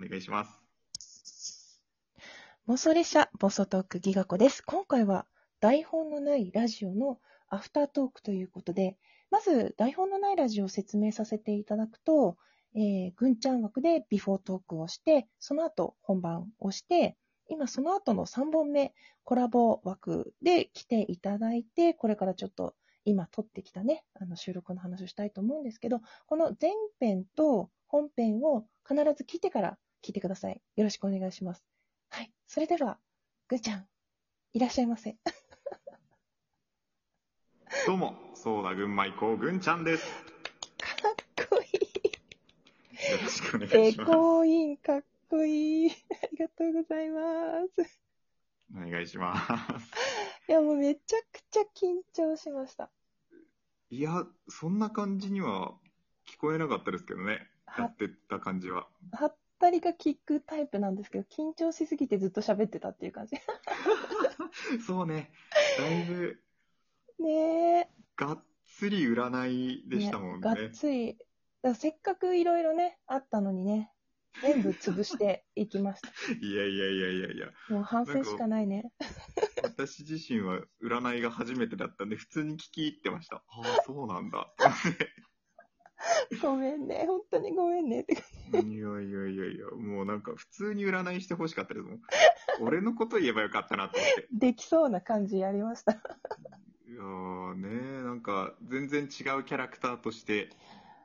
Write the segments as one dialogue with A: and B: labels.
A: お願いします。
B: 妄想列車、暴走トークギガ子です。今回は台本のないラジオのアフタートークということで、まず台本のないラジオを説明させていただくと、えー、ぐんちゃん枠でビフォートークをして、その後本番をして、今その後の3本目、コラボ枠で来ていただいて、これからちょっと今撮ってきたね、あの収録の話をしたいと思うんですけど、この前編と本編を必ず聞いてから聞いてください。よろしくお願いします。はい。それでは、ぐーちゃん、いらっしゃいませ。
A: どうも、ソーダ群馬以降、ぐんちゃんです。
B: かっこいい。
A: よろしくお願い
B: エ
A: します。
B: コーイン、かっこいい。 ありがとうございます。
A: お願いします。
B: いや、もうめちゃくちゃ緊張しました。
A: いや、そんな感じには聞こえなかったですけどね。や
B: は
A: っ、てた感じは。
B: はったりが効くタイプなんですけど、緊張しすぎてずっと喋ってたっていう感じ。
A: そうね。だいぶ、
B: ねえ。
A: がっつり占いでしたもんね。
B: がっつり。だからせっかくいろいろね、あったのにね、全部潰していき ました。
A: いやいやいやいやいや。
B: もう反省しかないね。
A: 私自身は占いが初めてだったんで、普通に聞き入ってました。ああ、そうなんだ。
B: ごめんね。本当にごめんね。って 感
A: いやいやいやいや、もうなんか普通に占いしてほしかったですもん。俺のこと言えばよかったなと思って。
B: じできそうな感じやりました。
A: いやーねー、なんか全然違うキャラクターとして、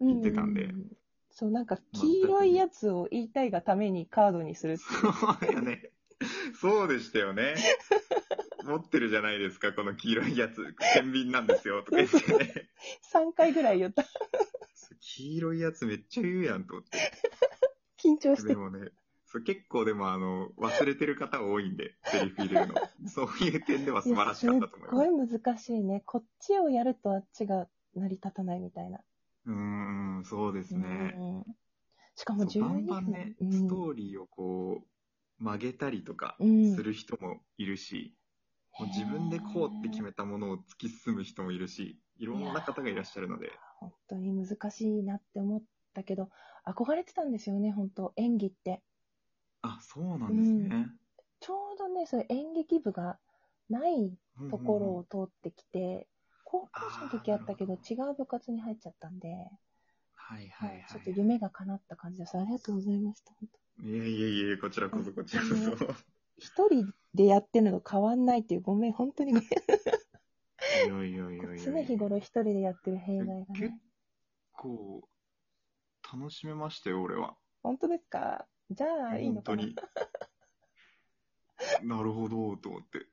B: 言
A: ってたんで
B: そう、なんか黄色いやつを言いたいがためにカードにするっていう。
A: そうやね。そうでしたよね。持ってるじゃないですか、この黄色いやつ。天秤なんですよ、とか言ってね。
B: 3回ぐらい言った。
A: 黄色いやつめっちゃ言うやんと思って。
B: 緊張し
A: で
B: て。
A: もね、そう結構でもあの、忘れてる方多いんで、セリフ入れるの。そういう点では素晴らしかったと思います
B: い。やすっごい難しいね。こっちをやるとあっちが成り立たないみたいな。
A: うーん、そうですね。
B: うんしかも
A: そう
B: 12
A: バ
B: 分。
A: ンバンね、
B: うん
A: ストーリーをこう、曲げたりとか
B: うん
A: する人もいるし、もう自分でこうって決
B: へー
A: めたものを突き進む人もいるし、いろんな方がいらっしゃるので、
B: 本当に難しいなって思ったけど、憧れてたんですよね、本当演技って。
A: あ、そうなんですね。
B: ちょうどね、そういう演劇部がない
A: うん
B: ところを通ってきて、高校生の時あったけど、違う部活に入っちゃったんで、
A: はいはいはい。
B: ちょっと夢が叶った感じです。ありがとうございました。本当
A: いやいやいや、こちらこそこちらこそ。
B: ね一人でやってるのと変わんないっていう、ごめん、本当にごめ
A: い
B: ん。
A: やいやいやいやいや。
B: 常日頃一人でやってる弊害が
A: 結
B: ね。
A: 構、楽しめましたよ、俺は。
B: 本当ですかじゃあ、いい
A: 本
B: のか
A: 当
B: な
A: に。 なるほど、と思って。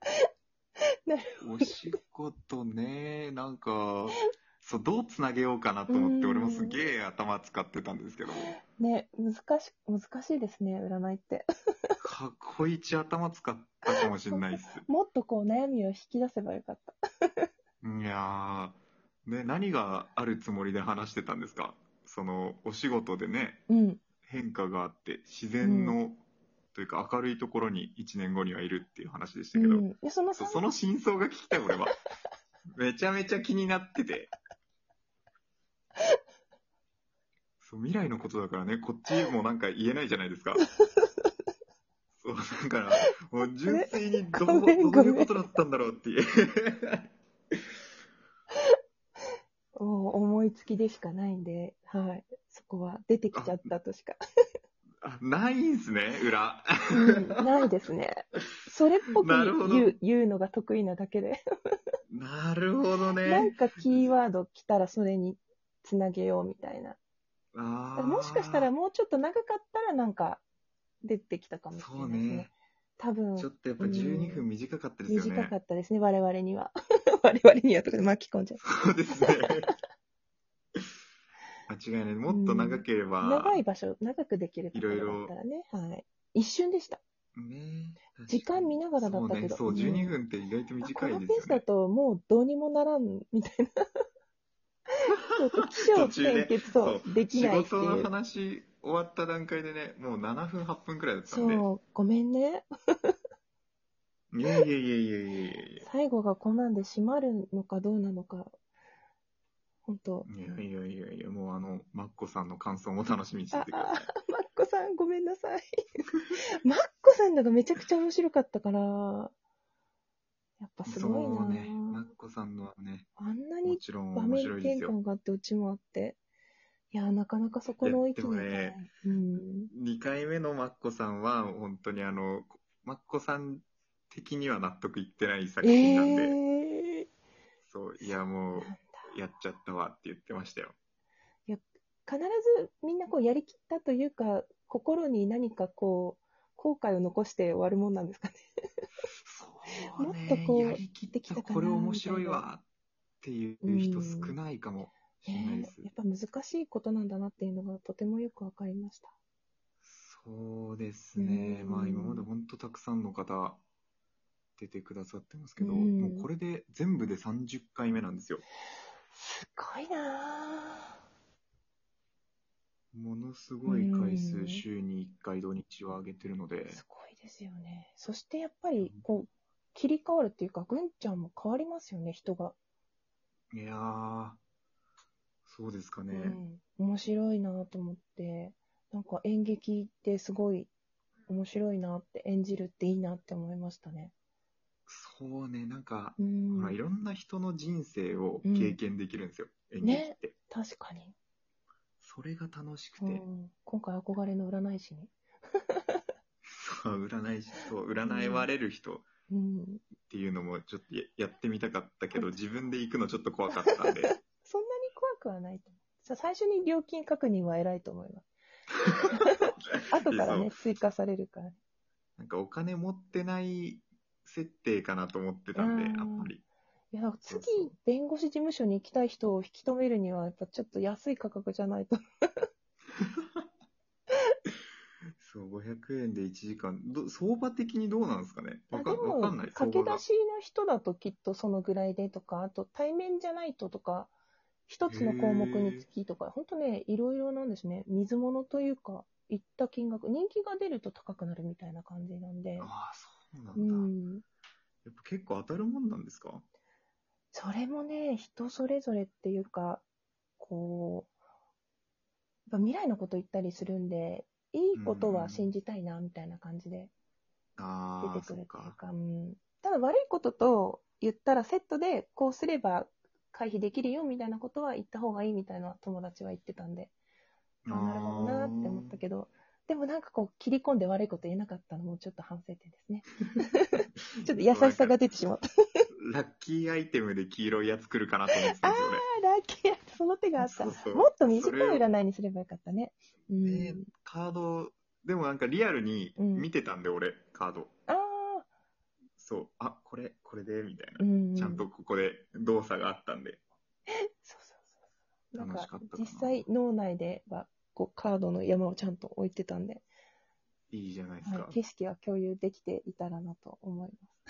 B: なる
A: お仕事ね、なんか、そう、どうつなげようかなと思っ
B: う
A: て、
B: ん
A: 俺もすげえ頭使ってたんですけど、
B: ね、難し、難しいですね、占いって。
A: かっこいち頭使ったかもしんないっす。
B: もっとこう、悩みを引き出せばよかった。
A: いやー、ね、何があるつもりで話してたんですかその、お仕事でね、
B: うん。
A: 変化があって、自然の、というか明るいところに1年後にはいるっていう話でしたけど、
B: うん、でその
A: そ
B: 三
A: その真相が聞 きたい、俺は。めちゃめちゃ気になってて。そう、未来のことだからね、こっちもなんか言えないじゃないですか。そう、だから、もう純粋にど
B: ご
A: う、
B: めん
A: どうい
B: ご
A: うこ
B: めん
A: とだったんだろうっていう。
B: もう思いつきでしかないんで、はい。そこは出てきちゃったと しか。
A: あないんすね、裏。
B: うんないですね。それっぽく
A: なるほど
B: 言う言うのが得意なだけで。
A: なるほど
B: なん
A: ね。
B: かキーワード来たらそれにつなげようみたいな。だ
A: あ
B: から
A: ー
B: もしかしたら、もうちょっと長かったらなんか出てきたかもしれ
A: そ
B: な
A: う
B: いですね。
A: ね。
B: 多分
A: ちょっとやっぱ12分短かったですよね。
B: 短かったですね、我々には。 我々にはとかで巻き込んじゃう。
A: そうですね。間違いない。もっと長ければ。
B: 長い場所、長くできるところだったらね。はい。一瞬でした。
A: ねえ
B: 時間見ながらだったけど
A: そうね、そうう、
B: ん
A: 12分って意外と
B: あこ
A: 短い
B: の
A: で
B: ペ
A: す
B: ー
A: よ
B: スだ
A: ね。
B: ともうどうにもならんみたい な。ちょっと起承
A: 途中で
B: 転結そ
A: そう
B: うでき
A: 仕
B: ないって
A: 事
B: い
A: の
B: う。
A: 話終わった段階でね、もう7分、8分くらいだったんで。
B: そう、ごめんね。
A: いやいやいやいやいやいや
B: 最後がこんなんで閉まるのかどうなのか。本当。
A: いやいやいやいや、もうあの、マッコさんの感想も楽しみにして
B: あ
A: てくださ
B: あー、マッコさん、ごめんなさい。 マッコさんのがめちゃくちゃ面白かったから、やっぱ
A: い。
B: す
A: そ
B: ごいな
A: う
B: ぁ、
A: ね、マッコさんのはね、
B: あんな
A: も
B: に
A: ちろん
B: 場
A: 面
B: 面
A: 白いで
B: 転
A: すよ。
B: 換があって、オチもあって。いやー、なかなかそこの域に行かない
A: いやでもね
B: うん。
A: 2回目のマッコさんは、本当にあの、マッコさん的には納得いってない作品なんで、
B: ええ
A: そう、いやも
B: ー、
A: う、やっちゃったわって言ってましたよ。
B: 必ずみんなこうやりきったというか、心に何かこう、後悔を残して終わるもんなんですかね。
A: そう
B: もっ
A: ね
B: とこ、う
A: やりき
B: で
A: っ
B: きた
A: た、
B: かな
A: これ面白いわっていう人少ないかもしれない
B: ね
A: で
B: え
A: す。
B: やっぱ難しいことなんだなっていうのがとてもよくわかりました。
A: そうですね、
B: うん
A: まあ今まで本当たくさんの方出てくださってますけど、
B: うん
A: もうこれで全部で30回目なんですよ。
B: すごいなあ
A: ものすごい回
B: う
A: 数、
B: ん
A: 週に1回土日は上げてるので、
B: すごいですよね。そしてやっぱり、こう、切り替わるっていうか、ぐんちゃんも変わりますよね、人が。
A: いやー、そうですかね。
B: うん、面白いなと思って、なんか演劇ってすごい面白いなって、演じるっていいなって思いましたね。
A: そうね、なんか、
B: うん
A: ほら、いろんな人の人生を経験できるんですよ、演劇って。
B: 確かに、
A: それが楽しく
B: う
A: て、
B: ん。今回憧れの占い師に。
A: そう占い師そう占われる人っ
B: うん、
A: ていうのもちょっとややってみたかったけど、
B: うん
A: 自分で行くのちょっと怖かったん で、
B: そんなに怖くはないと思う。さ最初に料金確認は偉いと思います。 後から
A: い
B: ね
A: や、
B: 追加されるからね。
A: なんかお金持ってない設定かなと思ってたんで、
B: うん
A: やっぱり。
B: いや、次
A: そうそう、
B: 弁護士事務所に行きたい人を引き止めるには、やっぱちょっと安い価格じゃないと。
A: そう、500円で1時間。ど相場的にどうなんですかねわ
B: あ
A: か
B: で
A: わ
B: も
A: かんない、相
B: 駆け
A: 場が
B: 出。しの人だときっとそのぐらいでとか、あと対面じゃないととか、一つの項目につきとか、本当ね、いろいろなんですね。水物というか、行った金額、人気が出ると高くなるみたいな感じなんで。
A: ああ、そうな
B: うん
A: だ。や
B: ん。
A: っぱ結構当たるもんなんですか
B: それもね、人それぞれっていうか、こう、やっぱ未来のこと言ったりするんで、いいことは信じたいな、みたいな感じで。
A: あ
B: 出
A: あ、
B: てく
A: そ
B: る
A: っ
B: っていう
A: か。
B: か、うん、ただ悪いことと言ったらセットでこうすれば回避できるよみたいなことは言った方がいいみたいな友達は言ってたんで、あなるほどなって思ったけど、でもなんかこう切り込んで悪いこと言えなかったのもちょっと反省点ですね。
A: ど
B: ちょっと優しさが
A: 出
B: 出てしまった。
A: ラッキーアイテムで黄色いやつ来るかなと思ってたんですよね。
B: ラッキーその手があった。
A: そうそう
B: もっと
A: そ
B: 短
A: れを
B: い占いにすればよかったね。うん。
A: ねカード、でもなんかリアルに見てたんで、俺、カード。
B: ああ、
A: そう、あ、これ、これで、みたい
B: うんうん。
A: な。ちゃんとここで動作があったんで。
B: そうそうそう。なん
A: 楽
B: か
A: しかったかな
B: 実際脳内ではこうカードの山をちゃんと置いてたんで、
A: いいじゃないです
B: は
A: か
B: い、。景色は共有できていたらなと思います。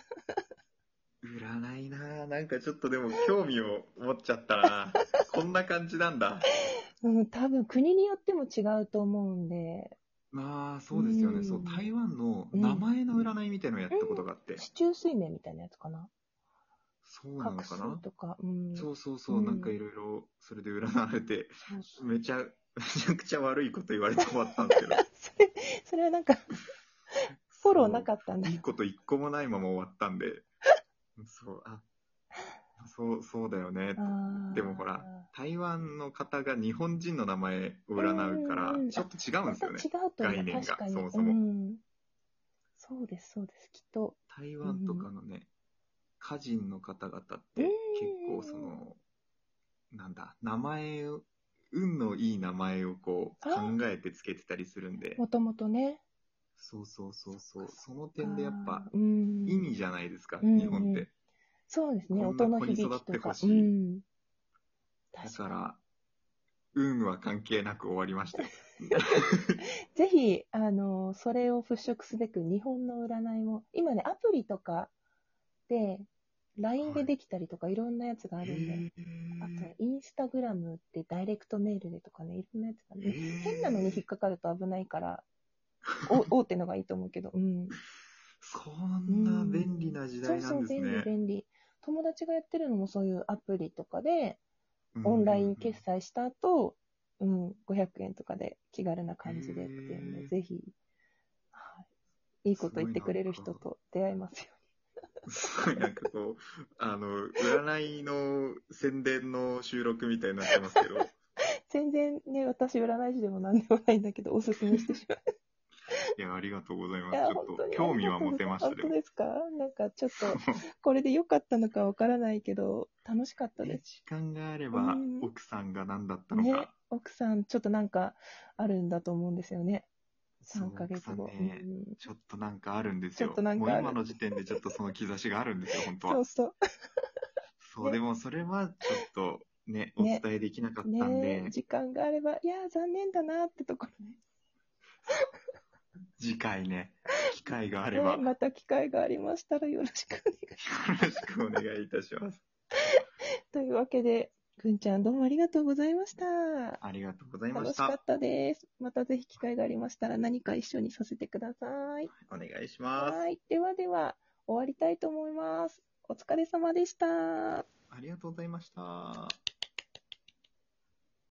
A: 占いなぁ。なんかちょっとでも興味を持っちゃった なこんな感じなんだ。
B: うん、多分国によっても違うと思うんで、
A: まあ、そうですよ
B: う
A: ね。
B: ん
A: そう、台湾の名前の占いみたいのをやったことがあって。
B: 市中水明みたいなやつかな。
A: そうなのか
B: 画数
A: な
B: とか、うん。
A: そううそうそう、
B: ん
A: なんかいろいろ、それで占われて、
B: そうそう
A: めちゃ、 めちゃくちゃ悪いこと言われて終わったん ですけど。
B: それ、それはなんか、フォローなかったんだ
A: い。いこと一個もないまま終わったん で、そう、あ、そう、そうだよね。 でもほら台湾の方が日本人の名前を占うか
B: うんうんう
A: ら、
B: ん
A: ちょっと違
B: あー、
A: うん
B: ま
A: です
B: た違
A: よね。概
B: うと思う。
A: 念が
B: 確かに。
A: そもそも
B: うん。そうです、そうです。きっと。
A: 台湾とかのね、歌人の方々って
B: うん
A: 結構その、なんだ、名前を、運のいい名前をこう
B: あ
A: 考えてつけてたりするんで、
B: もともとね。
A: そうそうそうそう、
B: そっか
A: その点でやっぱ
B: あー、うん。
A: 意味じゃないですか、
B: うん
A: 日本って。
B: そうですね、
A: こんな
B: 音の
A: 子に
B: 響
A: 育
B: き
A: っ
B: と
A: て
B: か
A: ほ。
B: う
A: しい
B: ん。
A: だ
B: 確
A: か
B: かに。
A: ら、運は関係なく終わりましたよ。
B: ぜひ、あの、それを払拭すべく日本の占いも、今ね、アプリとかで、LINE でできたりとか、いろんなやつがあるんで、あと、インスタグラムってダイレクトメールでとかね、いろんなやつがね、変なのに引っかかると危ないから、お大手のがいいと思うけど、うん。
A: そんな便利な時代なんです
B: そうそう、便利、
A: ね。
B: 便利。友達がやってるのもそういうアプリとかで、オンライン決済した後、うん、500円とかで気軽な感じでっていうの
A: へ
B: で、
A: ー
B: ぜひ、はい、いいこと言ってくれる人と出会いますよ
A: すごい なんかこう、あの、占いの宣伝の収録みたいになってます けど、
B: 全然ね、私、占い師でも何でもないんだけど、おすすめしてしまう。
A: いや、ありがとうございま
B: いや
A: す。ちょっ
B: 本当
A: と
B: に
A: 興味は持てました
B: 本
A: で
B: 当
A: も。
B: ですかなんかちょっと、これで良かったのかわからないけど、楽しかった
A: ね
B: です。
A: 時間があれば
B: うん、
A: 奥さんが何だったのか、
B: ね、奥さん、ちょっとなんかあるんだと思うんですよね。
A: そう
B: 3ヶ月後。
A: 奥さんね
B: うん
A: ちょっとなんかあるんですよ。
B: ちょっとなん
A: も
B: か
A: う
B: ある
A: 今の時点でちょっとその兆しがあるんですよ、本当は。
B: そうそう。
A: そう、
B: ね
A: でもそれはちょっとね、お
B: ね
A: 伝えできなかったんで、
B: ね時間があれば、いやー、残念だなってところね。
A: 次回ね、機会があれば、
B: ね
A: よ
B: また機会がありましたらよろしくお願いします。
A: ろしくお願いいたします。
B: というわけで、ぐんちゃんどうもありがとうございました。
A: ありがとうございま
B: 楽
A: し
B: しか
A: た
B: っ。たです。またぜひ機会がありましたら何か一緒にさせてください。
A: お願いします。
B: はい。ではでは、終わりたいと思います。お疲れ様でした。
A: ありがとうございました。